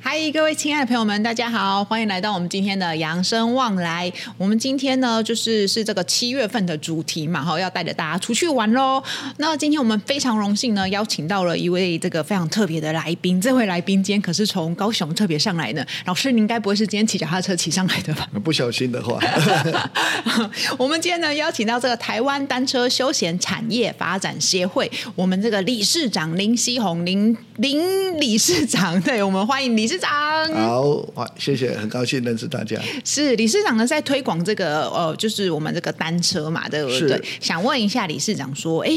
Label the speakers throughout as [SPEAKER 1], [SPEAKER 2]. [SPEAKER 1] 嗨，各位亲爱的朋友们，大家好，欢迎来到我们今天的扬声望来。我们今天呢，就是是这个七月份的主题嘛，哈，要带着大家出去玩喽。那今天我们非常荣幸呢，邀请到了一位这个非常特别的来宾。这位来宾今天可是从高雄特别上来的，老师，您该不会是今天骑脚踏车骑上来的吧？
[SPEAKER 2] 不小心的话，
[SPEAKER 1] 我们今天呢邀请到这个台湾单车休闲产业发展协会，我们这个理事长林希宏林林理事长，对我们欢迎理事长。
[SPEAKER 2] 好，哇谢谢，很高兴认识 大家。
[SPEAKER 1] 是理事长呢在推广这个呃，就是我们这个单车嘛，对不对
[SPEAKER 2] 是？
[SPEAKER 1] 想问一下理事长说，哎，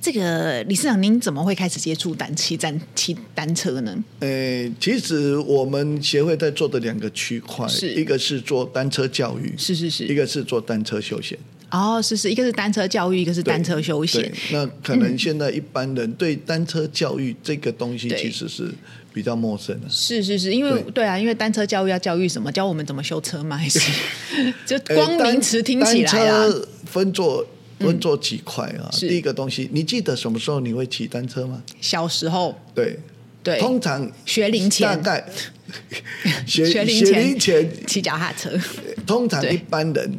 [SPEAKER 1] 这个理事长您怎么会开始接触单骑单骑单车呢？
[SPEAKER 2] 呃，其实我们协会在做的两个区块，
[SPEAKER 1] 是
[SPEAKER 2] 一个是做单车教育，
[SPEAKER 1] 是是
[SPEAKER 2] 一
[SPEAKER 1] 是，
[SPEAKER 2] 个是做单车休闲。
[SPEAKER 1] 哦，是是，一个是单车教育，一个是单车休
[SPEAKER 2] 对
[SPEAKER 1] 闲，
[SPEAKER 2] 那可能现在一般人对单车教育这个东西
[SPEAKER 1] 嗯对
[SPEAKER 2] 其实是比较陌生的。
[SPEAKER 1] 是是是，因为
[SPEAKER 2] 对
[SPEAKER 1] 对啊，因为单车教育要教育什么？教我们怎么修车吗？ 还是就
[SPEAKER 2] 呃
[SPEAKER 1] 光
[SPEAKER 2] 单
[SPEAKER 1] 名词听起来啊
[SPEAKER 2] 呃
[SPEAKER 1] 嗯
[SPEAKER 2] 单？车分做分做几块啊？
[SPEAKER 1] 是
[SPEAKER 2] 第一个东西，你记得什么时候你会骑单车吗？
[SPEAKER 1] 小时候
[SPEAKER 2] 对，
[SPEAKER 1] 对
[SPEAKER 2] 通常
[SPEAKER 1] 学龄
[SPEAKER 2] 大
[SPEAKER 1] 前
[SPEAKER 2] 概学
[SPEAKER 1] 学龄
[SPEAKER 2] 学
[SPEAKER 1] 前
[SPEAKER 2] 龄前
[SPEAKER 1] 骑脚踏车
[SPEAKER 2] 通常
[SPEAKER 1] 对
[SPEAKER 2] 一般人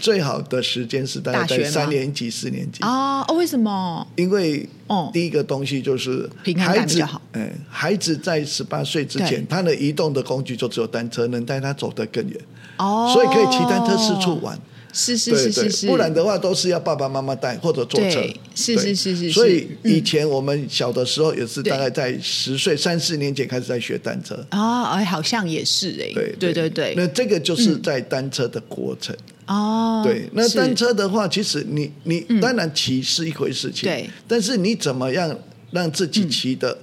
[SPEAKER 2] 最好的时间是大概
[SPEAKER 1] 大学
[SPEAKER 2] 在
[SPEAKER 1] 吗
[SPEAKER 2] 三年级、四年级，
[SPEAKER 1] 啊？哦，为什么？
[SPEAKER 2] 因为
[SPEAKER 1] 哦
[SPEAKER 2] 第一个东西就是
[SPEAKER 1] 平衡感
[SPEAKER 2] 孩
[SPEAKER 1] 比
[SPEAKER 2] 子
[SPEAKER 1] 较好，
[SPEAKER 2] 嗯，孩子在十八岁之
[SPEAKER 1] 对
[SPEAKER 2] 前，他的移动的工具就只有单车，能带他走得更远，
[SPEAKER 1] 哦，
[SPEAKER 2] 所以可以骑单车四处。玩。
[SPEAKER 1] 是是
[SPEAKER 2] 对
[SPEAKER 1] 是是，
[SPEAKER 2] 对
[SPEAKER 1] 是，
[SPEAKER 2] 不然的话都是要爸爸妈妈带或者坐车
[SPEAKER 1] 对。是是
[SPEAKER 2] 对
[SPEAKER 1] 是是
[SPEAKER 2] 所以
[SPEAKER 1] 是嗯
[SPEAKER 2] 以前我们小的时候也是
[SPEAKER 1] 对
[SPEAKER 2] 大概在十岁、三四年级开始在学单车。
[SPEAKER 1] 啊，哎，好像也是哎，
[SPEAKER 2] 对
[SPEAKER 1] 对对对，
[SPEAKER 2] 那这个就是在单车的过程。
[SPEAKER 1] 哦，
[SPEAKER 2] 对，那
[SPEAKER 1] 是嗯
[SPEAKER 2] 单车的话，其实你你当然骑是一回事情，
[SPEAKER 1] 对嗯
[SPEAKER 2] 但是你怎么样让自己骑的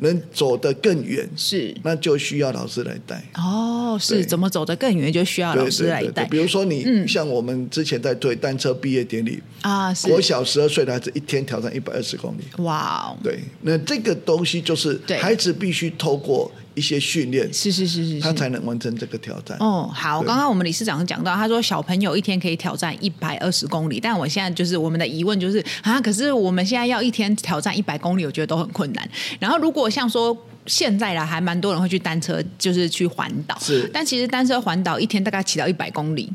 [SPEAKER 2] 能走得更远，
[SPEAKER 1] 是
[SPEAKER 2] 那就需要老师来带。
[SPEAKER 1] 哦，是
[SPEAKER 2] 对
[SPEAKER 1] 怎么走得更远就需要
[SPEAKER 2] 对
[SPEAKER 1] 老
[SPEAKER 2] 对
[SPEAKER 1] 师来
[SPEAKER 2] 对对
[SPEAKER 1] 带嗯
[SPEAKER 2] 比如说你像我们之前在推单车毕业典礼，
[SPEAKER 1] 啊，是
[SPEAKER 2] 国小十二岁的孩子一天挑战一百二十公里。
[SPEAKER 1] 哇哦，
[SPEAKER 2] 对，那这个东西就是
[SPEAKER 1] 对
[SPEAKER 2] 孩子必须透过一些训练，
[SPEAKER 1] 是是是是，
[SPEAKER 2] 他
[SPEAKER 1] 是
[SPEAKER 2] 才能完成这个挑战。
[SPEAKER 1] 哦，好，
[SPEAKER 2] 对
[SPEAKER 1] 刚刚我们理事长讲到，他说小朋友一天可以挑战一百二十公里，但我现在就是我们的疑问就是啊，可是我们现在要一天挑战一百公里，我觉得都很困难。然后如果像说。现在啦，还蛮多人会去单车，就是去环岛。
[SPEAKER 2] 是
[SPEAKER 1] 但其实单车环岛一天大概骑到一百公里，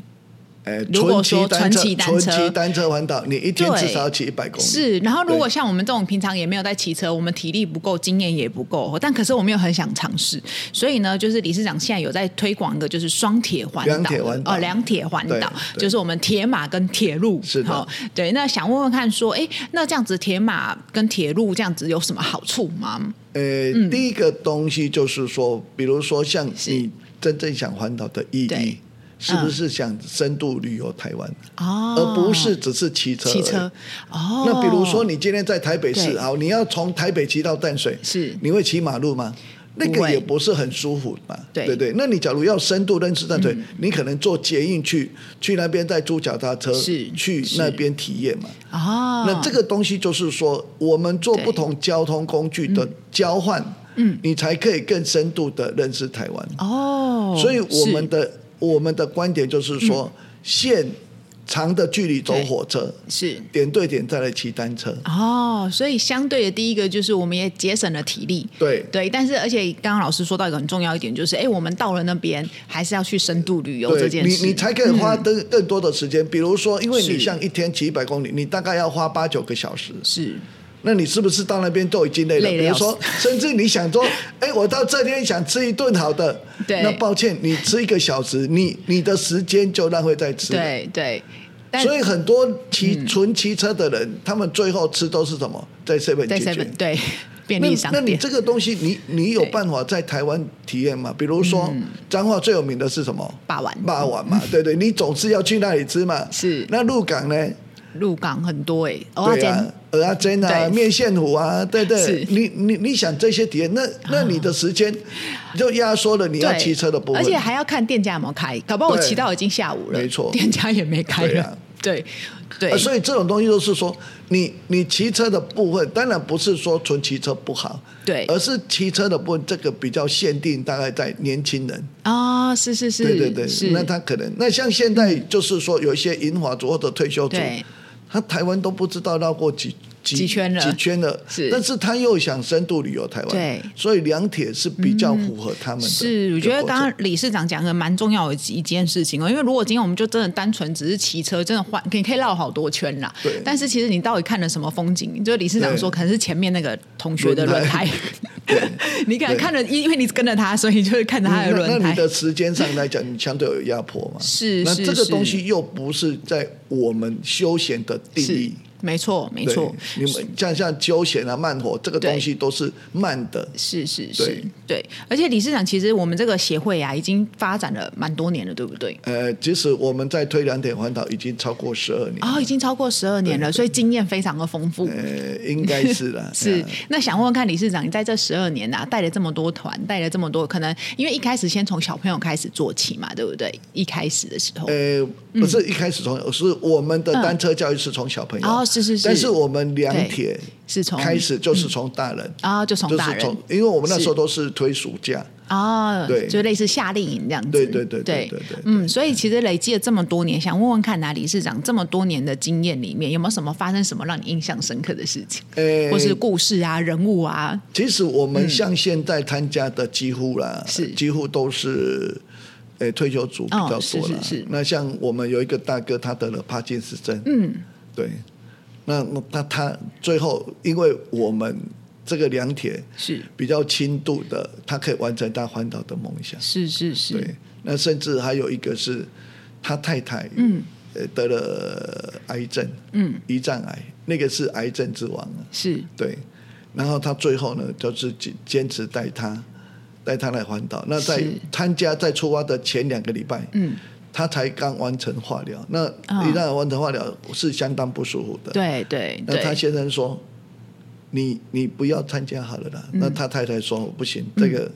[SPEAKER 2] 哎，
[SPEAKER 1] 如果
[SPEAKER 2] 纯
[SPEAKER 1] 说
[SPEAKER 2] 骑单
[SPEAKER 1] 纯骑
[SPEAKER 2] 车，
[SPEAKER 1] 单车
[SPEAKER 2] 纯骑单车环岛，你一天
[SPEAKER 1] 对
[SPEAKER 2] 至少要骑一百公里。
[SPEAKER 1] 是。然后如果
[SPEAKER 2] 对
[SPEAKER 1] 像我们这种平常也没有在骑车，我们体力不够，经验也不够，但可是我们又很想尝试，所以呢，就是理事长现在有在推广一个就是双铁环岛，
[SPEAKER 2] 两铁环岛
[SPEAKER 1] 哦，两铁环岛，
[SPEAKER 2] 对对
[SPEAKER 1] 就是我们铁马跟铁路，
[SPEAKER 2] 是的
[SPEAKER 1] 哦对。那想问问看，说，哎，那这样子铁马跟铁路这样子有什么好处吗？
[SPEAKER 2] 呃，
[SPEAKER 1] 嗯
[SPEAKER 2] 第一个东西就是说，比如说像你真正想环岛的意
[SPEAKER 1] 对嗯
[SPEAKER 2] 义，是不是想深度旅游台湾，
[SPEAKER 1] 哦，
[SPEAKER 2] 而呃不是只是骑车？
[SPEAKER 1] 骑车。哦。
[SPEAKER 2] 那比如说，你今天在台北市，
[SPEAKER 1] 对
[SPEAKER 2] 好，你要从台北骑到淡水，
[SPEAKER 1] 是
[SPEAKER 2] 你会骑马路吗？那
[SPEAKER 1] 不
[SPEAKER 2] 个
[SPEAKER 1] 会
[SPEAKER 2] 也不是很舒服嘛，
[SPEAKER 1] 对嗯
[SPEAKER 2] 对不对。那你假如要深度认识淡水，你可能坐捷运去，去那边再租脚踏车，
[SPEAKER 1] 是
[SPEAKER 2] 去
[SPEAKER 1] 是
[SPEAKER 2] 那边体验嘛。
[SPEAKER 1] 哦，
[SPEAKER 2] 那这个东西就是说，我们做不同交通工具的交换，嗯，你才可以更深度的认识台湾。
[SPEAKER 1] 哦，
[SPEAKER 2] 所以我
[SPEAKER 1] 是嗯
[SPEAKER 2] 们的我们的观点就是说，现长的距离走
[SPEAKER 1] 对
[SPEAKER 2] 火车，
[SPEAKER 1] 是
[SPEAKER 2] 点对点再来骑单车。
[SPEAKER 1] 哦，所以相对的第一个就是我们也节省了体力，
[SPEAKER 2] 对
[SPEAKER 1] 对，但是而且刚刚老师说到一个很重要一点，就是哎，我们到了那边还是要去深度旅游这
[SPEAKER 2] 对，
[SPEAKER 1] 件
[SPEAKER 2] 你
[SPEAKER 1] 事，
[SPEAKER 2] 你才可以花更更多的时间。比如说，因为
[SPEAKER 1] 是
[SPEAKER 2] 你像一天骑一百公里，你大概要花八九个小时。
[SPEAKER 1] 是
[SPEAKER 2] 那你是不是到那边都已经累了？
[SPEAKER 1] 累得
[SPEAKER 2] 比
[SPEAKER 1] 要
[SPEAKER 2] 如
[SPEAKER 1] 死
[SPEAKER 2] 说，甚至你想说，哎，我到这边想吃一顿好的，
[SPEAKER 1] 对
[SPEAKER 2] 那抱歉，你吃一个小时，你你的时间就浪费在吃。，
[SPEAKER 1] 对对，但
[SPEAKER 2] 所以很多骑、纯骑车的人，他们最后吃都是什么？在 seven
[SPEAKER 1] 在
[SPEAKER 2] 解
[SPEAKER 1] seven
[SPEAKER 2] 决。
[SPEAKER 1] 对便
[SPEAKER 2] 那
[SPEAKER 1] 利商
[SPEAKER 2] 那你
[SPEAKER 1] 店
[SPEAKER 2] 这个东西，你你有
[SPEAKER 1] 对嗯
[SPEAKER 2] 办法在台湾体验吗？比如说，彰化最有名的是什么？
[SPEAKER 1] 把玩
[SPEAKER 2] 霸王嘛，对对，你总是要去那里吃嘛。
[SPEAKER 1] 嗯是
[SPEAKER 2] 那鹿港呢？
[SPEAKER 1] 入港很多哎，蚵仔
[SPEAKER 2] 对啊
[SPEAKER 1] 煎，
[SPEAKER 2] 鹅啊煎啊，
[SPEAKER 1] 对
[SPEAKER 2] 面线糊啊，对
[SPEAKER 1] 是啊
[SPEAKER 2] 对，你你你想这些体验，那那你的时间就压缩了你要
[SPEAKER 1] 对
[SPEAKER 2] 骑车的部分，啊
[SPEAKER 1] 而且还要看店家有没有开，搞不好我
[SPEAKER 2] 对
[SPEAKER 1] 骑到已经下午了，
[SPEAKER 2] 没错
[SPEAKER 1] 店家也没开
[SPEAKER 2] 对
[SPEAKER 1] 了，
[SPEAKER 2] 啊，
[SPEAKER 1] 对对
[SPEAKER 2] 呃，所以这种东西就是说，你你骑车的部分，当然不是说纯骑车不好，
[SPEAKER 1] 对
[SPEAKER 2] 而是骑车的部分这个比较限定，大概在年轻人，
[SPEAKER 1] 啊、是是是，
[SPEAKER 2] 对对对，
[SPEAKER 1] 是
[SPEAKER 2] 那他可能那像现在就是说有一些银华族或者退休族
[SPEAKER 1] 对，
[SPEAKER 2] 他台湾都不知道绕过几几
[SPEAKER 1] 几圈了
[SPEAKER 2] 几圈了，
[SPEAKER 1] 是
[SPEAKER 2] 但是他又想深度旅游台湾，
[SPEAKER 1] 对嗯
[SPEAKER 2] 所以两铁是比较符合他们的、
[SPEAKER 1] 是，我觉得刚刚理事长讲的蛮重要的一件事情哦，因为如果今天我们就真的单纯只是骑车，真的换可以可以绕好多圈啦
[SPEAKER 2] 对。
[SPEAKER 1] 但是其实你到底看了什么风景？就理事长
[SPEAKER 2] 对
[SPEAKER 1] 说，可能是前面那个同学的轮胎， 你可能
[SPEAKER 2] 对
[SPEAKER 1] 看了，因因为你跟着他，所以就是看着他的
[SPEAKER 2] 那
[SPEAKER 1] 轮
[SPEAKER 2] 那你
[SPEAKER 1] 胎。
[SPEAKER 2] 的时间上来讲，你相对有压迫嘛？
[SPEAKER 1] 是
[SPEAKER 2] 那
[SPEAKER 1] 是
[SPEAKER 2] 这个
[SPEAKER 1] 是
[SPEAKER 2] 东西又不是在我们休闲的定
[SPEAKER 1] 是
[SPEAKER 2] 义。，
[SPEAKER 1] 没错，没
[SPEAKER 2] 对
[SPEAKER 1] 错，
[SPEAKER 2] 你们像像休闲啊、慢火这个
[SPEAKER 1] 对
[SPEAKER 2] 东西都是慢的，
[SPEAKER 1] 是是是
[SPEAKER 2] 对
[SPEAKER 1] 对。而且理事长，其实我们这个协会啊，已经发展了蛮多年了，对不对？
[SPEAKER 2] 呃，即使我们在推两点环岛已经超过十二年，
[SPEAKER 1] 哦，已经超过十二年了，所以经验非常的丰富。。
[SPEAKER 2] 呃，应该是啦
[SPEAKER 1] 是
[SPEAKER 2] 啊，
[SPEAKER 1] 那想问问看，理事长，你在这十二年呐、啊，带了这么多团，带了这么多，可能因为一开始先从小朋友开始做起嘛，对不对？一开始的时候，
[SPEAKER 2] 呃，不是一开始从，是我们的单车教育是从小朋
[SPEAKER 1] 嗯
[SPEAKER 2] 友，
[SPEAKER 1] 哦是是是
[SPEAKER 2] 但是我们两铁
[SPEAKER 1] 是从
[SPEAKER 2] 开始就是从大人，
[SPEAKER 1] 啊、就从
[SPEAKER 2] 就
[SPEAKER 1] 大
[SPEAKER 2] 是
[SPEAKER 1] 人
[SPEAKER 2] 从，因为我们那时候都是推暑假，
[SPEAKER 1] 啊、
[SPEAKER 2] 对
[SPEAKER 1] 就类似夏令营这样子。
[SPEAKER 2] 对对对
[SPEAKER 1] 对
[SPEAKER 2] 对对对对
[SPEAKER 1] 嗯，所以其实累积了这么多年，想问问看啊，理事长这么多年的经验里面，有没有什么发生什么让你印象深刻的事情，
[SPEAKER 2] 呃，
[SPEAKER 1] 或是故事啊、人物啊？
[SPEAKER 2] 其实我们像现在参加的几乎啦，
[SPEAKER 1] 是
[SPEAKER 2] 几乎都是。呃，退休族比较多啦。
[SPEAKER 1] 哦是是是
[SPEAKER 2] 那像我们有一个大哥，他得了帕金斯症。嗯，对。那那那他最后，因为我们这个两铁
[SPEAKER 1] 是
[SPEAKER 2] 比较轻度的，他可以完成他环岛的梦想。
[SPEAKER 1] 是是是
[SPEAKER 2] 对，那甚至还有一个是他太太，嗯，呃，得了癌症，嗯，胰脏癌，那个是癌症之王啊。
[SPEAKER 1] 是
[SPEAKER 2] 对，然后他最后呢，就是坚坚持带他带他来环岛。那在
[SPEAKER 1] 是
[SPEAKER 2] 参加在出发的前两个礼拜，嗯，他才刚完成化疗。那
[SPEAKER 1] 啊
[SPEAKER 2] 一旦完成化疗是相当不舒服的。
[SPEAKER 1] 对对
[SPEAKER 2] 那他
[SPEAKER 1] 对，
[SPEAKER 2] 先生说：“你你不要参加好了啦。
[SPEAKER 1] 嗯
[SPEAKER 2] 那他太太说：“不行，这个。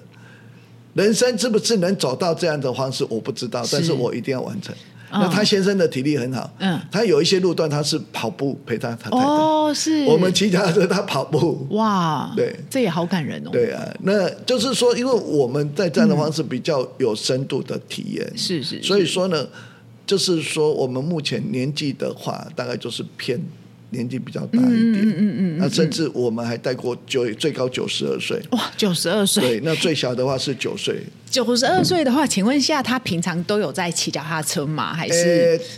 [SPEAKER 2] 人生是不是能走到这样的方式，我不知道，
[SPEAKER 1] 是
[SPEAKER 2] 但是我一定要完成。
[SPEAKER 1] 嗯
[SPEAKER 2] 那他先生的体力很好，
[SPEAKER 1] 嗯
[SPEAKER 2] 他有一些路段他是跑步陪他太太的，
[SPEAKER 1] 哦，是
[SPEAKER 2] 啊我们骑脚踏车他跑步，
[SPEAKER 1] 哇，
[SPEAKER 2] 对
[SPEAKER 1] 这也好感人哦。
[SPEAKER 2] 对啊，那就是说，因为我们在这样的方式比较有深度的体验，
[SPEAKER 1] 是是
[SPEAKER 2] 所以说呢，就是说我们目前年纪的话，大概就是偏年纪比较大一点，嗯嗯嗯，那甚至我们还带过九最高九十二岁，
[SPEAKER 1] 哇，九十二岁，
[SPEAKER 2] 对，那最小的话是九岁，
[SPEAKER 1] 九十二岁的话，请问一下，他平常都有在骑脚踏车吗？还是
[SPEAKER 2] 呃，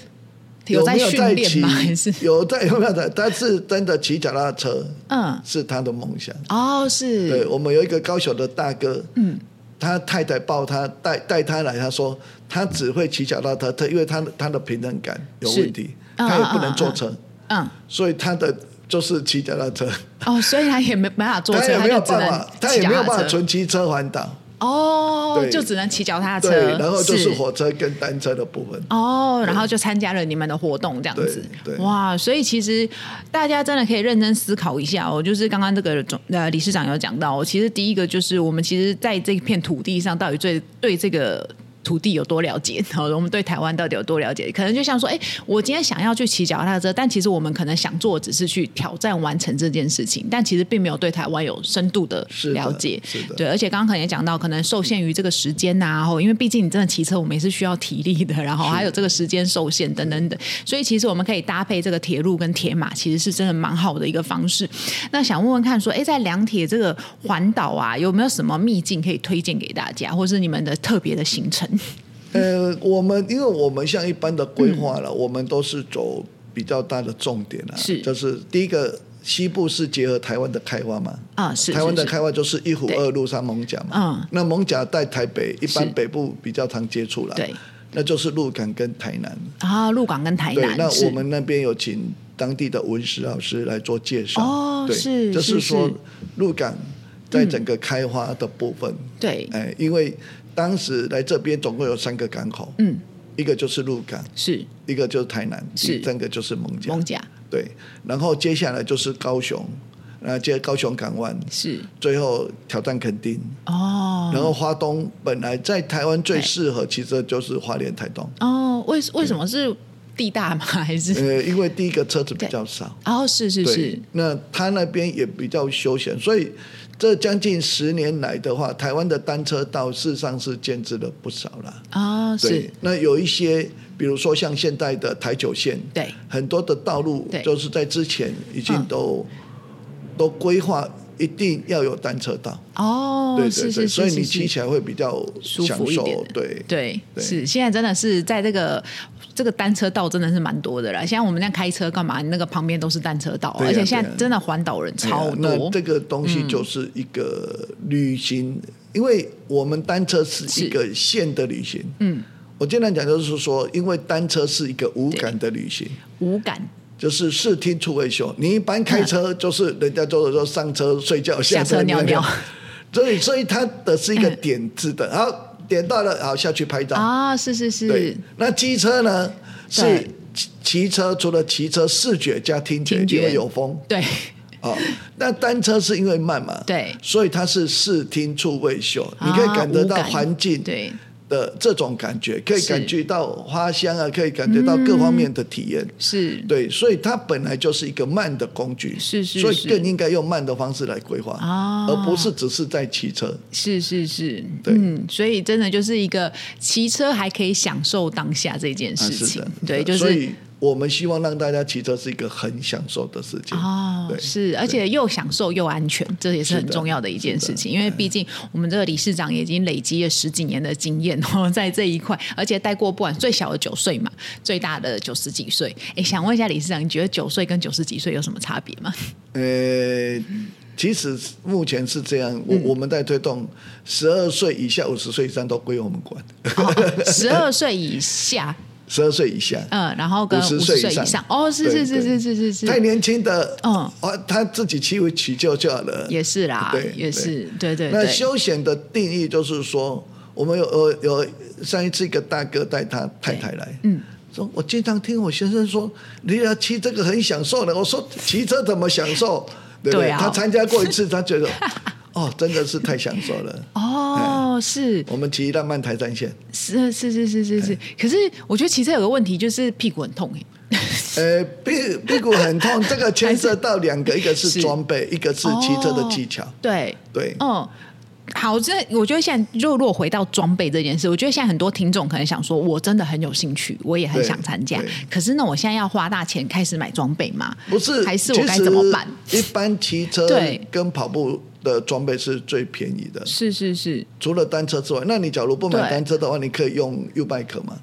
[SPEAKER 1] 有在
[SPEAKER 2] 没有
[SPEAKER 1] 训
[SPEAKER 2] 在
[SPEAKER 1] 练
[SPEAKER 2] 骑
[SPEAKER 1] 吗？还是？
[SPEAKER 2] 有在有没有在？但是真的骑脚踏车
[SPEAKER 1] 嗯，
[SPEAKER 2] 是他的梦想，
[SPEAKER 1] 哦，
[SPEAKER 2] 对
[SPEAKER 1] 是，
[SPEAKER 2] 我们有一个高雄的大哥，嗯，他太太抱他带带他来，他说他只会骑脚踏车，他因为他的他的平衡感有问题，
[SPEAKER 1] 是嗯
[SPEAKER 2] 他也不能坐车，
[SPEAKER 1] 嗯，
[SPEAKER 2] 所以他的就是骑脚踏车，
[SPEAKER 1] 哦，所以他也没没办法坐
[SPEAKER 2] 他
[SPEAKER 1] 车，
[SPEAKER 2] 也没有
[SPEAKER 1] 就只
[SPEAKER 2] 办
[SPEAKER 1] 能
[SPEAKER 2] 法，他
[SPEAKER 1] 骑
[SPEAKER 2] 也
[SPEAKER 1] 脚
[SPEAKER 2] 没有
[SPEAKER 1] 踏
[SPEAKER 2] 办法
[SPEAKER 1] 车。
[SPEAKER 2] 纯骑车环岛，
[SPEAKER 1] 哦，
[SPEAKER 2] 对
[SPEAKER 1] 就只能骑脚踏车
[SPEAKER 2] 对，，然后就是
[SPEAKER 1] 是
[SPEAKER 2] 火车跟单车的部分。
[SPEAKER 1] 哦，然后就参加了你们的活动，这样子，
[SPEAKER 2] 对对
[SPEAKER 1] 哇！所以其实大家真的可以认真思考一下哦，就是刚刚这个总呃理事长有讲到哦，其实第一个就是我们其实在这片土地上到底最对这个。土地有多了解？然后我们对台湾到底有多了解？可能就像说，哎、我今天想要去骑脚踏车，但其实我们可能想做的只是去挑战完成这件事情，但其实并没有对台湾有深度的
[SPEAKER 2] 是的
[SPEAKER 1] 了解。
[SPEAKER 2] 是的
[SPEAKER 1] 对，而且刚刚可能也讲到，可能受限于这个时间呐、然后因为毕竟你真的骑车，我们也是需要体力的，然后还有这个时间受限等等等，所以其实我们可以搭配这个铁路跟铁马，其实是真的蛮好的一个方式。那想问问看说，哎，在两铁这个环岛啊，有没有什么秘境可以推荐给大家，或是你们的特别的行程？
[SPEAKER 2] 呃，我们因为我们像一般的规划了，我们都是走比较大的重点啊，
[SPEAKER 1] 嗯是
[SPEAKER 2] 就是第一个西部是结合台湾的开挖嘛，
[SPEAKER 1] 啊是
[SPEAKER 2] 台湾的
[SPEAKER 1] 是是
[SPEAKER 2] 开挖就是一湖二路上艋甲嘛，
[SPEAKER 1] 嗯
[SPEAKER 2] 那艋甲在台北一般
[SPEAKER 1] 是
[SPEAKER 2] 北部比较常接触了，
[SPEAKER 1] 对，
[SPEAKER 2] 那就是鹿港跟台南，
[SPEAKER 1] 啊，鹿港跟台
[SPEAKER 2] 对，
[SPEAKER 1] 南，
[SPEAKER 2] 那
[SPEAKER 1] 是
[SPEAKER 2] 我们那边有请当地的文史老师来做介绍，
[SPEAKER 1] 哦
[SPEAKER 2] 对，
[SPEAKER 1] 是
[SPEAKER 2] 就是
[SPEAKER 1] 是
[SPEAKER 2] 说
[SPEAKER 1] 是
[SPEAKER 2] 鹿港在整个开发的部分，
[SPEAKER 1] 对
[SPEAKER 2] 哎，因为当时来这边总共有三个港口，
[SPEAKER 1] 嗯，
[SPEAKER 2] 一个就是鹿港，
[SPEAKER 1] 是
[SPEAKER 2] 一个就是台南，
[SPEAKER 1] 是
[SPEAKER 2] 第三个就是蒙甲，
[SPEAKER 1] 蒙甲
[SPEAKER 2] 对，然后接下来就是高雄，那接着高雄港湾，
[SPEAKER 1] 是
[SPEAKER 2] 最后挑战垦丁，
[SPEAKER 1] 哦
[SPEAKER 2] 然后花东本来在台湾最适合，其实就是花莲、台东。
[SPEAKER 1] 哦，为为什么是地大吗？还是？
[SPEAKER 2] 呃，因为第一个车子比较少，
[SPEAKER 1] 哦，是是
[SPEAKER 2] 对
[SPEAKER 1] 是，，
[SPEAKER 2] 那他那边也比较休闲，所以这将近十年来的话，台湾的单车道事实上是建制了不少啦。
[SPEAKER 1] 哦，
[SPEAKER 2] 对
[SPEAKER 1] 是，，
[SPEAKER 2] 那有一些，比如说像现在的台九线，
[SPEAKER 1] 对，
[SPEAKER 2] 很多的道路
[SPEAKER 1] 对
[SPEAKER 2] 就是在之前已经
[SPEAKER 1] 嗯
[SPEAKER 2] 都、都规划一定要有单车道，
[SPEAKER 1] 哦，
[SPEAKER 2] 对对对，
[SPEAKER 1] 是是是，
[SPEAKER 2] 所以
[SPEAKER 1] 是
[SPEAKER 2] 你
[SPEAKER 1] 是
[SPEAKER 2] 骑起来会比较
[SPEAKER 1] 舒
[SPEAKER 2] 享
[SPEAKER 1] 服一
[SPEAKER 2] 受
[SPEAKER 1] 点的，
[SPEAKER 2] 对。
[SPEAKER 1] 对，
[SPEAKER 2] 对
[SPEAKER 1] 是现在真的是在这个这个单车道真的是蛮多的啦。现在我们那开车干嘛？那个旁边都是单车道，
[SPEAKER 2] 对啊
[SPEAKER 1] 而且现在
[SPEAKER 2] 对啊
[SPEAKER 1] 真的环岛人
[SPEAKER 2] 对啊
[SPEAKER 1] 超
[SPEAKER 2] 那
[SPEAKER 1] 多，
[SPEAKER 2] 这个东西就是一个旅行，因为我们单车是一个线的旅行。
[SPEAKER 1] 嗯，
[SPEAKER 2] 我简单讲就是说，因为单车是一个无感的旅行，
[SPEAKER 1] 无感
[SPEAKER 2] 就是视听触味嗅。你一般开车就是人家都是说上车睡觉，
[SPEAKER 1] 下车
[SPEAKER 2] 尿
[SPEAKER 1] 尿尿， 嗯
[SPEAKER 2] 所以所以它的是一个点字的，然后点到了，好下去拍照。
[SPEAKER 1] 啊，是是是
[SPEAKER 2] 对，，那机车呢是
[SPEAKER 1] 对
[SPEAKER 2] 骑骑车，除了骑车视觉加听觉，
[SPEAKER 1] 听觉
[SPEAKER 2] 因为有风。
[SPEAKER 1] 对，
[SPEAKER 2] 哦，那单车是因为慢嘛，
[SPEAKER 1] 对
[SPEAKER 2] 所以它是视听触味嗅， 你可以感得到
[SPEAKER 1] 啊无感
[SPEAKER 2] 环境
[SPEAKER 1] 对
[SPEAKER 2] 的这种感觉，可以
[SPEAKER 1] 是
[SPEAKER 2] 感觉到花香啊，可以感觉到各方面的体验。
[SPEAKER 1] 是
[SPEAKER 2] 对，所以它本来就是一个慢的工具，
[SPEAKER 1] 是是
[SPEAKER 2] 所以
[SPEAKER 1] 是
[SPEAKER 2] 更应该用慢的方式来规划，
[SPEAKER 1] 啊
[SPEAKER 2] 而不是只是在骑车。
[SPEAKER 1] 是是是，
[SPEAKER 2] 对
[SPEAKER 1] 嗯，所以真的就是一个骑车还可以享受当下这件
[SPEAKER 2] 啊
[SPEAKER 1] 事
[SPEAKER 2] 是
[SPEAKER 1] 情，
[SPEAKER 2] 的，
[SPEAKER 1] 对，就
[SPEAKER 2] 所
[SPEAKER 1] 是
[SPEAKER 2] 以我们希望让大家骑车是一个很享受的事情。
[SPEAKER 1] 哦，
[SPEAKER 2] 对
[SPEAKER 1] 是，而且又享受又安全，这也是
[SPEAKER 2] 是
[SPEAKER 1] 很
[SPEAKER 2] 的
[SPEAKER 1] 重要的一件
[SPEAKER 2] 是
[SPEAKER 1] 事
[SPEAKER 2] 的
[SPEAKER 1] 情。因为毕竟我们这个理事长已经累积了十几年的经验哦， 在这一块，而且带过不管最小的九岁嘛，最大的九十几岁。哎，想问一下理事长，你觉得九岁跟九十几岁有什么差别 吗？
[SPEAKER 2] 呃，其实目前是这样，
[SPEAKER 1] 嗯
[SPEAKER 2] 我、我们在推动十二岁以下、五十岁以上都归我们管，
[SPEAKER 1] 十二岁以下，
[SPEAKER 2] 十二岁以下。
[SPEAKER 1] 嗯，然后跟
[SPEAKER 2] 50
[SPEAKER 1] 五
[SPEAKER 2] 岁
[SPEAKER 1] 十
[SPEAKER 2] 以
[SPEAKER 1] 岁以
[SPEAKER 2] 上
[SPEAKER 1] 上，哦，是是
[SPEAKER 2] 对
[SPEAKER 1] 是
[SPEAKER 2] 对
[SPEAKER 1] 是是是是，
[SPEAKER 2] 太年轻的，
[SPEAKER 1] 嗯
[SPEAKER 2] 哦，他自己去取救就好了。
[SPEAKER 1] 也是啦
[SPEAKER 2] 对，
[SPEAKER 1] 也是，对对
[SPEAKER 2] 那
[SPEAKER 1] 对，
[SPEAKER 2] 休闲的定义就是说，我们有有有上一次一个大哥带他太太来，嗯，说我经常听我先生说，你要骑这个很享受的。我说骑车怎么享受？对不对？
[SPEAKER 1] 对啊
[SPEAKER 2] 他参加过一次，他 觉得哦，真的是太享受了。哎
[SPEAKER 1] 哦，是
[SPEAKER 2] 我们骑浪漫台战线，
[SPEAKER 1] 是是是是是
[SPEAKER 2] 哎
[SPEAKER 1] 是，可是我觉得骑车有个问题就是屁股很痛哎、
[SPEAKER 2] 呃，屁屁股 很痛，这个牵涉到两个，一个是
[SPEAKER 1] 是
[SPEAKER 2] 装备，一个是骑车的技巧
[SPEAKER 1] 哦。对，
[SPEAKER 2] 对，
[SPEAKER 1] 嗯。好，这我觉得现在就如果回到装备这件事，我觉得现在很多听众可能想说，我真的很有兴趣，我也很
[SPEAKER 2] 对
[SPEAKER 1] 想参加
[SPEAKER 2] 对，
[SPEAKER 1] 可是呢，我现在要花大钱开始买装备吗？
[SPEAKER 2] 不是，
[SPEAKER 1] 还是我该怎么办？
[SPEAKER 2] 其实一般骑车
[SPEAKER 1] 对
[SPEAKER 2] 跟跑步的装备是最便宜的，
[SPEAKER 1] 是是是，
[SPEAKER 2] 除了单车之外，那你假如不买
[SPEAKER 1] 对
[SPEAKER 2] 单车的话，你可以用 U bike 嘛？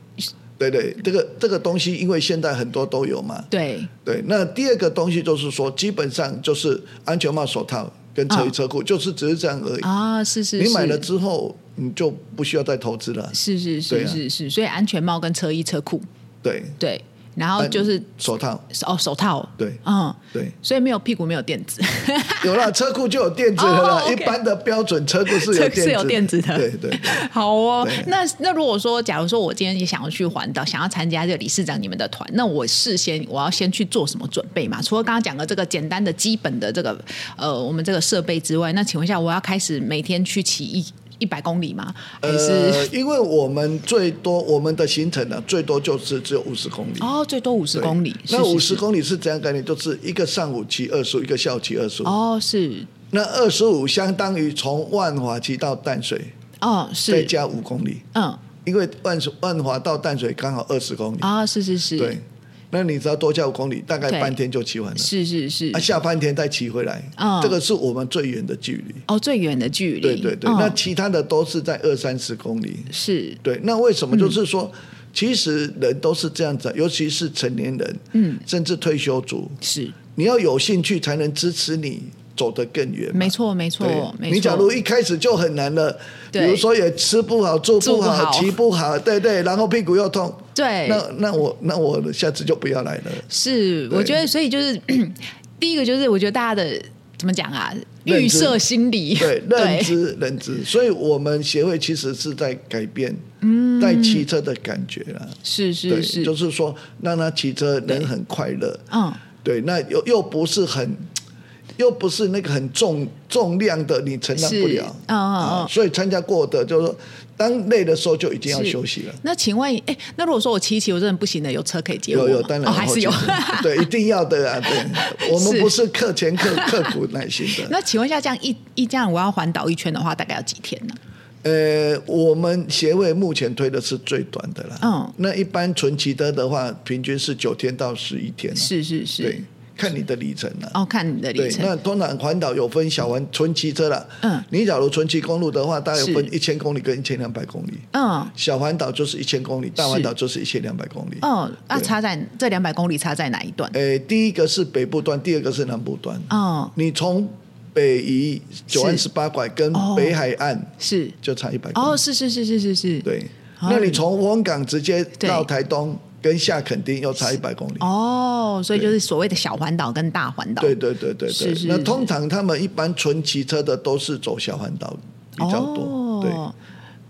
[SPEAKER 2] 对对，这个这个东西，因为现在很多都有嘛。
[SPEAKER 1] 对，
[SPEAKER 2] 对，那第二个东西就是说，基本上就是安全帽、手套跟车衣
[SPEAKER 1] 嗯
[SPEAKER 2] 车裤，就是只是这样而已。
[SPEAKER 1] 啊，是是是，
[SPEAKER 2] 你买了之后，你就不需要再投资了。
[SPEAKER 1] 是是是
[SPEAKER 2] 对啊
[SPEAKER 1] 是是，所以安全帽跟车衣车裤，
[SPEAKER 2] 对，
[SPEAKER 1] 对，然后哦就是
[SPEAKER 2] 嗯手套。
[SPEAKER 1] 哦手套，
[SPEAKER 2] 对
[SPEAKER 1] 嗯，
[SPEAKER 2] 对，
[SPEAKER 1] 所以没有屁股没有垫子，
[SPEAKER 2] 有了车库就有垫子了啦。
[SPEAKER 1] 哦，OK
[SPEAKER 2] 一般的标准车库是有
[SPEAKER 1] 车
[SPEAKER 2] 垫
[SPEAKER 1] 库
[SPEAKER 2] 子，
[SPEAKER 1] 是有垫子的
[SPEAKER 2] 对 对对
[SPEAKER 1] 好哦
[SPEAKER 2] 对，
[SPEAKER 1] 那那如果说，假如说我今天也想要去环岛，想要参加这个理事长你们的团，那我事先我要先去做什么准备嘛？除了刚刚讲的这个简单的基本的这个呃我们这个设备之外，那请问一下，我要开始每天去骑一一百公里吗？还是、
[SPEAKER 2] 呃，因为我们最多我们的行程呢、啊最多就是只有五十公里。
[SPEAKER 1] 哦最多五十
[SPEAKER 2] 对
[SPEAKER 1] 公里？
[SPEAKER 2] 那
[SPEAKER 1] 是
[SPEAKER 2] 五
[SPEAKER 1] 是
[SPEAKER 2] 十
[SPEAKER 1] 是
[SPEAKER 2] 公里是怎样概念？就是一个上午骑二十五，一个下午骑二十五。
[SPEAKER 1] 哦是
[SPEAKER 2] 那二十五相当于从万华骑到淡水，
[SPEAKER 1] 哦
[SPEAKER 2] 再
[SPEAKER 1] 是
[SPEAKER 2] 加五公里，
[SPEAKER 1] 嗯
[SPEAKER 2] 因为万万华到淡水刚好二十公里。
[SPEAKER 1] 啊是是是
[SPEAKER 2] 对，那你只要多加五公里，大概
[SPEAKER 1] 对
[SPEAKER 2] 半天就骑完了。
[SPEAKER 1] 是是是、
[SPEAKER 2] 啊，下半天再骑回来，
[SPEAKER 1] 嗯
[SPEAKER 2] 这个是我们最远的距离。
[SPEAKER 1] 哦最远的距离
[SPEAKER 2] 对对对，
[SPEAKER 1] 嗯
[SPEAKER 2] 那其他的都是在二三十公里。
[SPEAKER 1] 是嗯
[SPEAKER 2] 对，那为什么就是说，其实人都是这样子啊，尤其是成年人，嗯，甚至退休族，
[SPEAKER 1] 是
[SPEAKER 2] 你要有兴趣才能支持你走得更远嘛。
[SPEAKER 1] 没错没错
[SPEAKER 2] 对
[SPEAKER 1] 没错，
[SPEAKER 2] 你假如一开始就很难了，比
[SPEAKER 1] 对
[SPEAKER 2] 如说也吃不好、住
[SPEAKER 1] 住
[SPEAKER 2] 不
[SPEAKER 1] 不
[SPEAKER 2] 好、
[SPEAKER 1] 好
[SPEAKER 2] 骑不好，对对，然后屁股又痛，
[SPEAKER 1] 对
[SPEAKER 2] 那那我那我下次就不要来了。
[SPEAKER 1] 是，我
[SPEAKER 2] 对
[SPEAKER 1] 觉得，所以就是 第一个就是，我觉得大家的怎么讲啊，
[SPEAKER 2] 认知
[SPEAKER 1] 预设心理，
[SPEAKER 2] 对，认知认知，所以我们协会其实是在改变，嗯，在骑车的感觉啦。
[SPEAKER 1] 是是
[SPEAKER 2] 对，
[SPEAKER 1] 是，
[SPEAKER 2] 就是说让他骑车能很快乐，
[SPEAKER 1] 嗯，
[SPEAKER 2] 对，那又又不是很，又不是那个很重重量的，你承担
[SPEAKER 1] 是
[SPEAKER 2] 不了。啊
[SPEAKER 1] 嗯嗯嗯
[SPEAKER 2] 所以参加过的就是说，当累的时候就一定要
[SPEAKER 1] 是
[SPEAKER 2] 休息了。
[SPEAKER 1] 那请问，哎，那如果说我骑一骑我真的不行了，有车可以接我
[SPEAKER 2] 有
[SPEAKER 1] 吗？
[SPEAKER 2] 有，当然、
[SPEAKER 1] 哦、还是有。
[SPEAKER 2] 对，一定要的啊！对，我们
[SPEAKER 1] 是
[SPEAKER 2] 不是课前刻刻苦耐心的。
[SPEAKER 1] 那请问一下，这样一一这样我要环岛一圈的话，大概要几天呢？
[SPEAKER 2] 呃，我们协会目前推的是最短的啦。
[SPEAKER 1] 嗯
[SPEAKER 2] 那一般纯骑的的话，平均是九天到十一天、啊。，
[SPEAKER 1] 是是
[SPEAKER 2] 对
[SPEAKER 1] 是，，
[SPEAKER 2] 看你的里程啊了、
[SPEAKER 1] 哦，看你的里
[SPEAKER 2] 对，
[SPEAKER 1] 程
[SPEAKER 2] 那通常环岛有分小环纯骑车啦。
[SPEAKER 1] 嗯
[SPEAKER 2] 你假如纯骑公路的话，大概有
[SPEAKER 1] 是
[SPEAKER 2] 分一千公里跟一千两百公里。
[SPEAKER 1] 嗯
[SPEAKER 2] 小环岛就是一千公里，大环
[SPEAKER 1] 是
[SPEAKER 2] 岛就是一千两百公里。
[SPEAKER 1] 嗯，那
[SPEAKER 2] 对
[SPEAKER 1] 差在这两百公里差在哪一段？
[SPEAKER 2] 呃，第一个是北部段，第二个是南部段。
[SPEAKER 1] 嗯，
[SPEAKER 2] 你从北移九万十八拐跟
[SPEAKER 1] 哦
[SPEAKER 2] 北海岸
[SPEAKER 1] 是
[SPEAKER 2] 就差一百公里。
[SPEAKER 1] 哦，是是是是是是，
[SPEAKER 2] 对，
[SPEAKER 1] 哦
[SPEAKER 2] 那你从温港直接
[SPEAKER 1] 对
[SPEAKER 2] 到台东跟下垦丁又差一百公里。
[SPEAKER 1] 哦，所以就是所谓的小环岛跟大环岛，
[SPEAKER 2] 对对对对
[SPEAKER 1] 是是
[SPEAKER 2] 对。那
[SPEAKER 1] 是
[SPEAKER 2] 通常他们一般纯骑车的都是走小环岛比较多。对。
[SPEAKER 1] 哦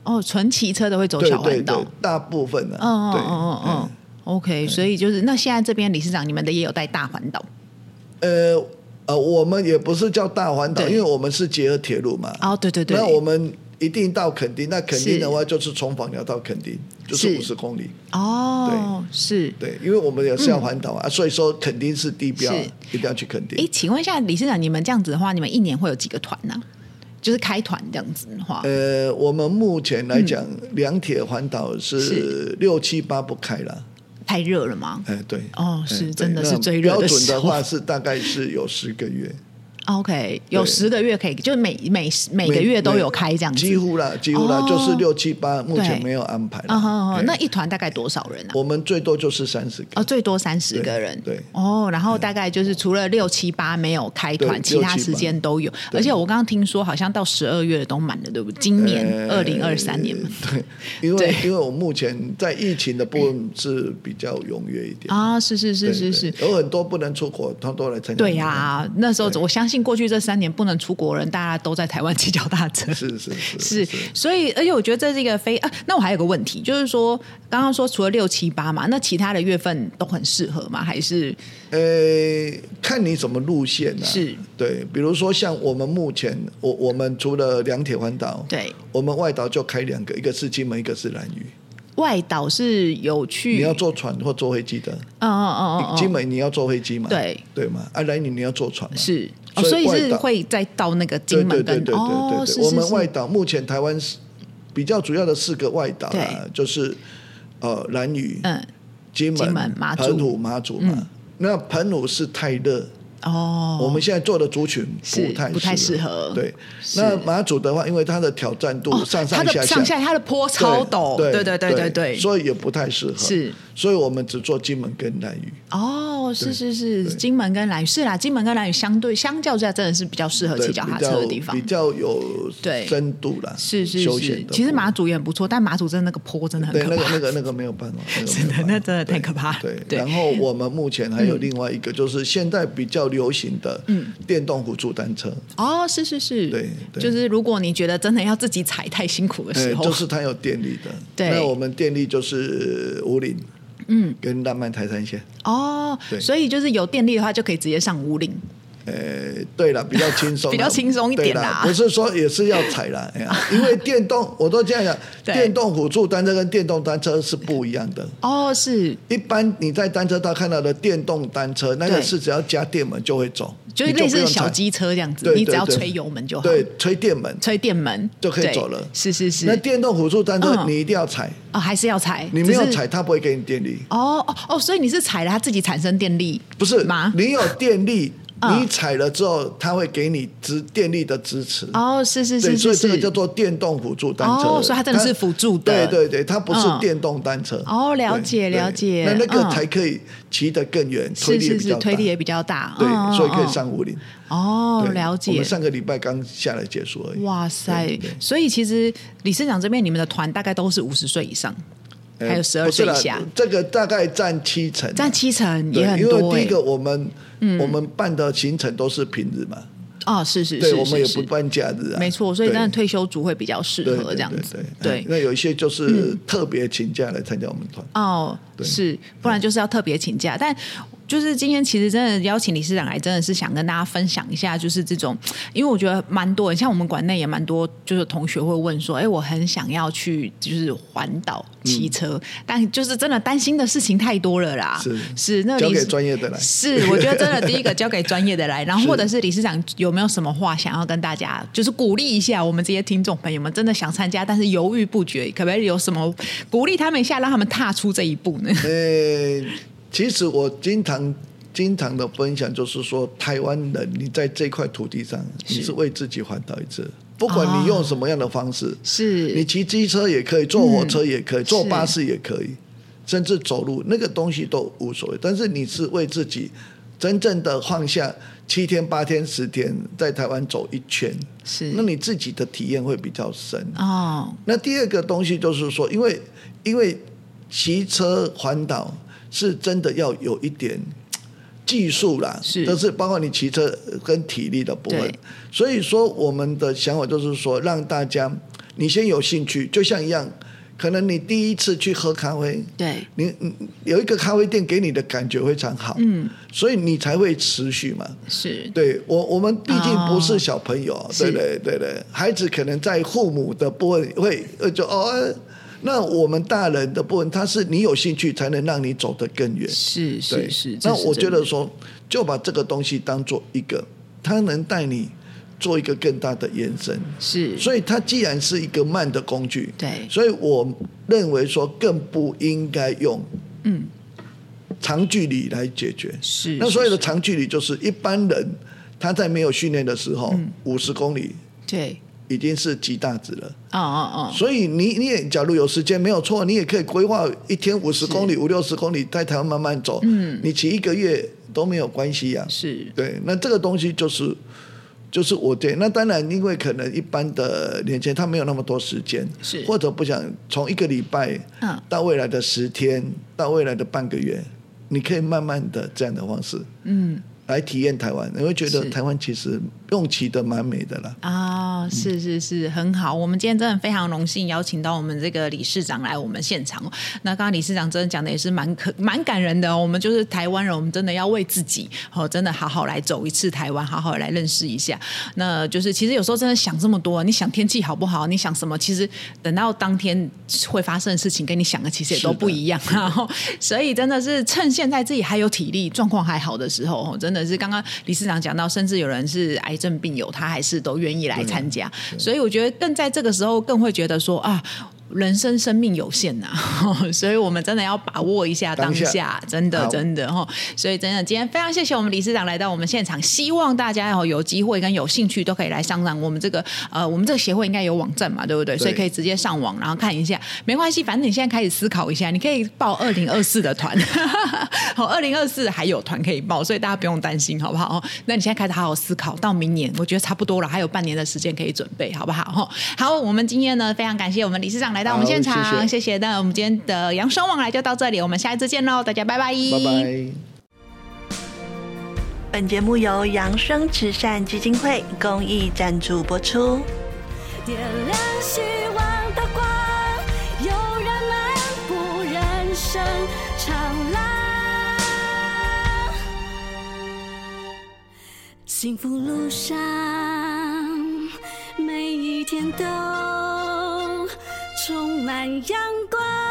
[SPEAKER 1] 哦，纯骑车的会走
[SPEAKER 2] 对
[SPEAKER 1] 小
[SPEAKER 2] 对
[SPEAKER 1] 环岛
[SPEAKER 2] 对，，大部分的、
[SPEAKER 1] 嗯
[SPEAKER 2] 对，
[SPEAKER 1] 嗯嗯嗯嗯，OK，所以就是那现在这边理事长你们的也有带大环岛
[SPEAKER 2] 嗯，呃呃，我们也不是叫大环岛，
[SPEAKER 1] 对
[SPEAKER 2] 因为我们是结合铁路嘛。
[SPEAKER 1] 哦，对对对，
[SPEAKER 2] 那我们一定到垦丁，那垦
[SPEAKER 1] 是
[SPEAKER 2] 丁的话就是从枋寮到垦丁，就是
[SPEAKER 1] 是
[SPEAKER 2] 五十公里。
[SPEAKER 1] 哦是。
[SPEAKER 2] 对，因为我们也是要环岛啊，所以说垦丁是地标
[SPEAKER 1] 嗯是，
[SPEAKER 2] 一定要去垦丁。
[SPEAKER 1] 哎，请问一下理事长，你们这样子的话，你们一年会有几个团呢、就是开团这样子的话，
[SPEAKER 2] 呃，我们目前来讲，两铁环岛是
[SPEAKER 1] 嗯是
[SPEAKER 2] 六七八不开了。
[SPEAKER 1] 太热了吗
[SPEAKER 2] 哎，对，
[SPEAKER 1] 哦是
[SPEAKER 2] 哎对
[SPEAKER 1] 真的是
[SPEAKER 2] 那
[SPEAKER 1] 最热的
[SPEAKER 2] 标准
[SPEAKER 1] 时
[SPEAKER 2] 的
[SPEAKER 1] 候
[SPEAKER 2] 话是大概是有十个月，
[SPEAKER 1] ？OK，有
[SPEAKER 2] 呃对
[SPEAKER 1] 十个月可以，就是每每每个月都有开这样子。
[SPEAKER 2] 几乎啦，几乎啦，
[SPEAKER 1] 哦
[SPEAKER 2] 就是六七八，目前
[SPEAKER 1] 对
[SPEAKER 2] 没有安排了。
[SPEAKER 1] 啊哈哈
[SPEAKER 2] 哎
[SPEAKER 1] 那一团大概多少人啊？
[SPEAKER 2] 我们最多就是三十个
[SPEAKER 1] 哦，，最多三十个人。
[SPEAKER 2] 对对嗯
[SPEAKER 1] 哦，然后大概就是除了六七八没有开团，
[SPEAKER 2] 对
[SPEAKER 1] 其他
[SPEAKER 2] 六七八
[SPEAKER 1] 时间都有。而且我刚刚听说，好像到十二月都满了，对不对？今年二
[SPEAKER 2] 呃
[SPEAKER 1] 零二三年嘛。
[SPEAKER 2] 对，因为
[SPEAKER 1] 对
[SPEAKER 2] 因为我目前在疫情的部分是比较踊跃一点，
[SPEAKER 1] 啊，是是是
[SPEAKER 2] 对
[SPEAKER 1] 是是，，
[SPEAKER 2] 对有很多不能出国，他都来参加。
[SPEAKER 1] 对呀、，那时候
[SPEAKER 2] 对
[SPEAKER 1] 我相信过去这三年不能出国的人，大家都在台湾骑脚踏车。
[SPEAKER 2] 是是是
[SPEAKER 1] 是，所以而且我觉得这是一个非啊，那我还有个问题，就是说刚刚说除了六七八嘛，那其他的月份都很适合吗？还是
[SPEAKER 2] 呃，看你什么路线呢、啊？
[SPEAKER 1] 是，
[SPEAKER 2] 对，比如说像我们目前，我我们除了两铁环岛，，
[SPEAKER 1] 对
[SPEAKER 2] 我们外岛就开两个，一个是金门，一个是兰屿。
[SPEAKER 1] 外岛是有去？
[SPEAKER 2] 你要坐船或坐飞机的，
[SPEAKER 1] 嗯嗯嗯嗯，
[SPEAKER 2] 金门你要坐飞机嘛？
[SPEAKER 1] 对
[SPEAKER 2] 对嘛？啊，兰屿你要坐船嘛？
[SPEAKER 1] 是哦，所
[SPEAKER 2] 所以
[SPEAKER 1] 以
[SPEAKER 2] 外
[SPEAKER 1] 是
[SPEAKER 2] 岛
[SPEAKER 1] 会再到那个
[SPEAKER 2] 对
[SPEAKER 1] 金
[SPEAKER 2] 对
[SPEAKER 1] 门
[SPEAKER 2] 对
[SPEAKER 1] 跟
[SPEAKER 2] 对
[SPEAKER 1] 哦，
[SPEAKER 2] 对
[SPEAKER 1] 是
[SPEAKER 2] 对
[SPEAKER 1] 是
[SPEAKER 2] 对，我们
[SPEAKER 1] 是
[SPEAKER 2] 外岛目前台湾是比较主要的四个外岛啊
[SPEAKER 1] 对，
[SPEAKER 2] 就是呃兰屿、
[SPEAKER 1] 嗯
[SPEAKER 2] 金
[SPEAKER 1] 金
[SPEAKER 2] 门
[SPEAKER 1] 门、马祖嗯
[SPEAKER 2] 澎湖、马祖嘛。那澎湖是太热，
[SPEAKER 1] 哦，
[SPEAKER 2] 我们现在做的族群
[SPEAKER 1] 是
[SPEAKER 2] 太
[SPEAKER 1] 不太适
[SPEAKER 2] 合。
[SPEAKER 1] 合
[SPEAKER 2] 对，
[SPEAKER 1] 是
[SPEAKER 2] 那马祖的话，因为它的挑战度
[SPEAKER 1] 哦
[SPEAKER 2] 上
[SPEAKER 1] 它
[SPEAKER 2] 上
[SPEAKER 1] 的
[SPEAKER 2] 下
[SPEAKER 1] 上下它的坡超陡，
[SPEAKER 2] 对
[SPEAKER 1] 对对对对对，
[SPEAKER 2] 对，所以也不太适合。
[SPEAKER 1] 是，
[SPEAKER 2] 所以我们只做金门跟南屿。
[SPEAKER 1] 哦，是
[SPEAKER 2] 对
[SPEAKER 1] 是是，
[SPEAKER 2] 对
[SPEAKER 1] 金门跟兰屿是啦，金门跟兰屿相对相较之下，真的是比较适合
[SPEAKER 2] 对
[SPEAKER 1] 呃骑脚踏车的地方
[SPEAKER 2] 比。较比较有
[SPEAKER 1] 对
[SPEAKER 2] 深度啦，
[SPEAKER 1] 是是
[SPEAKER 2] 休
[SPEAKER 1] 是
[SPEAKER 2] 闲，的
[SPEAKER 1] 其实
[SPEAKER 2] 部分
[SPEAKER 1] 马祖也很不错，但马祖真的那个坡真的很
[SPEAKER 2] 对，
[SPEAKER 1] 可
[SPEAKER 2] 那个
[SPEAKER 1] 怕。
[SPEAKER 2] 那个那个没有办法， 那个
[SPEAKER 1] 真的
[SPEAKER 2] 没有办法
[SPEAKER 1] 那真的太可怕
[SPEAKER 2] 对，
[SPEAKER 1] 对
[SPEAKER 2] 对然后我们目前还有另外一个，就是现在比较流行的
[SPEAKER 1] 嗯
[SPEAKER 2] 电动辅助单车，
[SPEAKER 1] 哦，是是是，
[SPEAKER 2] 对对
[SPEAKER 1] 就是如果你觉得真的要自己踩太辛苦的时
[SPEAKER 2] 哎
[SPEAKER 1] 候，
[SPEAKER 2] 就是它有电力的。
[SPEAKER 1] 对
[SPEAKER 2] 那我们电力就是五岭，嗯，跟浪漫台山线。
[SPEAKER 1] 哦，
[SPEAKER 2] 对
[SPEAKER 1] 所以就是有电力的话，就可以直接上五岭。
[SPEAKER 2] 呃，对了，比较轻松啦，
[SPEAKER 1] 比较轻松一点
[SPEAKER 2] 对
[SPEAKER 1] 啦
[SPEAKER 2] 啦，不是说也是要踩啦，哎呀，因为电动我都这样
[SPEAKER 1] 对
[SPEAKER 2] 讲，电动辅助单车跟电动单车是不一样的。
[SPEAKER 1] 哦，是，
[SPEAKER 2] 一般你在单车道看到的电动单车，那
[SPEAKER 1] 对
[SPEAKER 2] 个是只要加电门就会走，
[SPEAKER 1] 就是
[SPEAKER 2] 你不
[SPEAKER 1] 类似
[SPEAKER 2] 用
[SPEAKER 1] 小
[SPEAKER 2] 踩
[SPEAKER 1] 机车这样子，
[SPEAKER 2] 对
[SPEAKER 1] 你只
[SPEAKER 2] 对
[SPEAKER 1] 要
[SPEAKER 2] 对
[SPEAKER 1] 吹油门就好，
[SPEAKER 2] 对，吹电门。
[SPEAKER 1] 吹电门
[SPEAKER 2] 就可以
[SPEAKER 1] 对
[SPEAKER 2] 走了
[SPEAKER 1] 是是是
[SPEAKER 2] 那，电动辅助单车
[SPEAKER 1] 嗯
[SPEAKER 2] 你一定要踩，
[SPEAKER 1] 哦，还是要踩，
[SPEAKER 2] 你没有
[SPEAKER 1] 只是
[SPEAKER 2] 踩它不会给你电力，
[SPEAKER 1] 哦哦哦，所以你是踩了它自己产生电力，
[SPEAKER 2] 不是
[SPEAKER 1] 吗？
[SPEAKER 2] 你有电力，
[SPEAKER 1] 嗯
[SPEAKER 2] 你踩了之后它会给你支电力的支持。
[SPEAKER 1] 哦，是是
[SPEAKER 2] 对，
[SPEAKER 1] 是
[SPEAKER 2] 所
[SPEAKER 1] 是
[SPEAKER 2] 以这个
[SPEAKER 1] 是，
[SPEAKER 2] 叫做电动辅助单车。
[SPEAKER 1] 哦所以它真的是辅助的
[SPEAKER 2] 对对对，它不是
[SPEAKER 1] 嗯
[SPEAKER 2] 电动单车。
[SPEAKER 1] 哦了
[SPEAKER 2] 对
[SPEAKER 1] 解
[SPEAKER 2] 对
[SPEAKER 1] 了解
[SPEAKER 2] 那那
[SPEAKER 1] 嗯
[SPEAKER 2] 个才可以骑得更远，
[SPEAKER 1] 是
[SPEAKER 2] 推力也
[SPEAKER 1] 是
[SPEAKER 2] 比
[SPEAKER 1] 是
[SPEAKER 2] 较，大
[SPEAKER 1] 推。力也比较大，
[SPEAKER 2] 对
[SPEAKER 1] 嗯，
[SPEAKER 2] 所以可以。
[SPEAKER 1] 嗯嗯
[SPEAKER 2] 上五岭。
[SPEAKER 1] 哦，
[SPEAKER 2] 对
[SPEAKER 1] 了
[SPEAKER 2] 我
[SPEAKER 1] 解
[SPEAKER 2] 们。上个礼拜刚下来结束而已。
[SPEAKER 1] 哇塞
[SPEAKER 2] 对对！
[SPEAKER 1] 所以其实理事长这边，你们的团大概都是五十岁以上，
[SPEAKER 2] 呃
[SPEAKER 1] 还有十二
[SPEAKER 2] 不是
[SPEAKER 1] 岁以
[SPEAKER 2] 啦
[SPEAKER 1] 下，
[SPEAKER 2] 这个大概占七成啊，
[SPEAKER 1] 占七成嗯
[SPEAKER 2] 对
[SPEAKER 1] 也很
[SPEAKER 2] 因
[SPEAKER 1] 多
[SPEAKER 2] 为
[SPEAKER 1] 哎、
[SPEAKER 2] 第一个我们、我们办的行程都是平日嘛，
[SPEAKER 1] 哦，是是是
[SPEAKER 2] 对，我们也
[SPEAKER 1] 是是
[SPEAKER 2] 不办假日啊，
[SPEAKER 1] 没错，所以
[SPEAKER 2] 对
[SPEAKER 1] 当然退休族会比较适
[SPEAKER 2] 对
[SPEAKER 1] 合
[SPEAKER 2] 对
[SPEAKER 1] 这样
[SPEAKER 2] 对
[SPEAKER 1] 子
[SPEAKER 2] 对，
[SPEAKER 1] 对。
[SPEAKER 2] 嗯那有一些就是特别请假来参加我们团，
[SPEAKER 1] 哦，
[SPEAKER 2] 对
[SPEAKER 1] 是，不然就是要特别请假。但就是今天其实真的邀请理事长来，真的是想跟大家分享一下，就是这种，因为我觉得蛮多人，像我们馆内也蛮多，就是同学会问说，哎、我很想要去就是环岛
[SPEAKER 2] 嗯
[SPEAKER 1] 骑车，但就是真的担心的事情太多了啦。
[SPEAKER 2] 是
[SPEAKER 1] 是，那
[SPEAKER 2] 交
[SPEAKER 1] 理
[SPEAKER 2] 给
[SPEAKER 1] 事
[SPEAKER 2] 专业的来
[SPEAKER 1] 是，我觉得真的第 一个交给专业的来，然后或者是理事长有没有什么话想要跟大家，就是鼓励一下我们这些听众朋友们，真的想参加但是犹豫不决，可不可以有什么鼓励他们一下，让他们踏出这一步呢？
[SPEAKER 2] 呃，其实我经常经常的分享就是说，台湾人你在这块土地上，你是为自己环岛一次，不管
[SPEAKER 1] 啊
[SPEAKER 2] 你用什么样的方式，你
[SPEAKER 1] 是，
[SPEAKER 2] 骑机车也可以，坐火车也可以，坐
[SPEAKER 1] 是
[SPEAKER 2] 巴士也可以，甚至走路那个东西都无所谓。但是你是为自己真正的放下七天、八天、十天在台湾走一圈，
[SPEAKER 1] 是
[SPEAKER 2] 那你自己的体验会比较深。
[SPEAKER 1] 哦，
[SPEAKER 2] 那第二个东西就是说，因为因为骑车环岛是真的要有一点技术啦，
[SPEAKER 1] 是
[SPEAKER 2] 就是包括你骑车呃跟体力的部分
[SPEAKER 1] 对。
[SPEAKER 2] 所以说，我们的想法就是说，让大家你先有兴趣，就像一样，可能你第一次去喝咖啡。
[SPEAKER 1] 对，
[SPEAKER 2] 你你有一个咖啡店给你的感觉非常好，
[SPEAKER 1] 嗯，
[SPEAKER 2] 所以你才会持续嘛。
[SPEAKER 1] 是，
[SPEAKER 2] 对我，我们毕竟不是小朋友，
[SPEAKER 1] 哦是
[SPEAKER 2] 对对对对，孩子可能在父母的部分会呃就哦，呃那我们大人的部分，他是你有兴趣才能让你走得更远。
[SPEAKER 1] 是是
[SPEAKER 2] 对
[SPEAKER 1] 是。这
[SPEAKER 2] 那
[SPEAKER 1] 是
[SPEAKER 2] 我
[SPEAKER 1] 真
[SPEAKER 2] 觉
[SPEAKER 1] 的
[SPEAKER 2] 得说，就把这个东西当做一个，它能带你做一个更大的延伸。
[SPEAKER 1] 是，
[SPEAKER 2] 所以它既然是一个慢的工具，
[SPEAKER 1] 对
[SPEAKER 2] 所以我认为说更不应该用
[SPEAKER 1] 嗯
[SPEAKER 2] 长距离来解决。
[SPEAKER 1] 是。
[SPEAKER 2] 那所
[SPEAKER 1] 以
[SPEAKER 2] 有的长距离就是一般人他在没有训练的时候，五十、公里
[SPEAKER 1] 对，
[SPEAKER 2] 已经是极大值了。
[SPEAKER 1] 哦哦哦，
[SPEAKER 2] 所以你你也假如有时间没有错，你也可以规划一天五十公里、五六十公里在台湾慢慢走。嗯，你骑一个月都没有关系呀、
[SPEAKER 1] 是
[SPEAKER 2] 对，那这个东西就是就是我对。那当然，因为可能一般的年轻人他没有那么多时间，
[SPEAKER 1] 是
[SPEAKER 2] 或者不想从一个礼拜
[SPEAKER 1] 嗯
[SPEAKER 2] 到未来的十天，到未来的半个月，你可以慢慢的这样的方式，
[SPEAKER 1] 嗯
[SPEAKER 2] 来体验台湾，你会觉得
[SPEAKER 1] 是
[SPEAKER 2] 台湾其实用骑的蛮美的啦。
[SPEAKER 1] 啊、是是是，很好。我们今天真的非常荣幸邀请到我们这个理事长来我们现场哦。那刚刚理事长真的讲的也是蛮可蛮感人的、哦。我们就是台湾人，我们真的要为自己哦，真的好好来走一次台湾，好好来认识一下。那就是其实有时候真的想这么多，你想天气好不好，你想什么，其实等到当天会发生的事情跟你想的其实也都
[SPEAKER 2] 是的
[SPEAKER 1] 不一样。然后，所以真的是趁现在自己还有体力、状况还好的时候，哦真的是刚刚理事长讲到，甚至有人是癌症病友，他还是都愿意来参
[SPEAKER 2] 啊
[SPEAKER 1] 加。所以我觉得更在这个时候，更会觉得说啊。人生生命有限呐、 所以我们真的要把握一下当
[SPEAKER 2] 当
[SPEAKER 1] 下，
[SPEAKER 2] 下
[SPEAKER 1] 真的
[SPEAKER 2] 好
[SPEAKER 1] 真的哈。所以真的今天非常谢谢我们理事长来到我们现场，希望大家哦有机会跟有兴趣都可以来上上我们这个呃我们这个协会应该有网站嘛，对不对？
[SPEAKER 2] 对
[SPEAKER 1] 所以可以直接上网然后看一下，没关系，反正你现在开始思考一下，你可以报二零二四的团， 好，二零二四还有团可以报，所以大家不用担心，好不好？哦那你现在开始好好思考，到明年我觉得差不多了，还有半年的时间可以准备，好不好？哈，好，我们今天呢非常感谢我们理事长来到我们
[SPEAKER 2] 好
[SPEAKER 1] 现场，
[SPEAKER 2] 谢谢
[SPEAKER 1] 谢谢。那我们今天的扬声望来就到这里，我们下一次见喽，大家拜拜，
[SPEAKER 2] 拜拜。
[SPEAKER 3] 本节目由扬生慈善基金会公益赞助播出。
[SPEAKER 4] 点亮希望的光，有人漫步人生长廊，幸福路上每一天都充满阳光。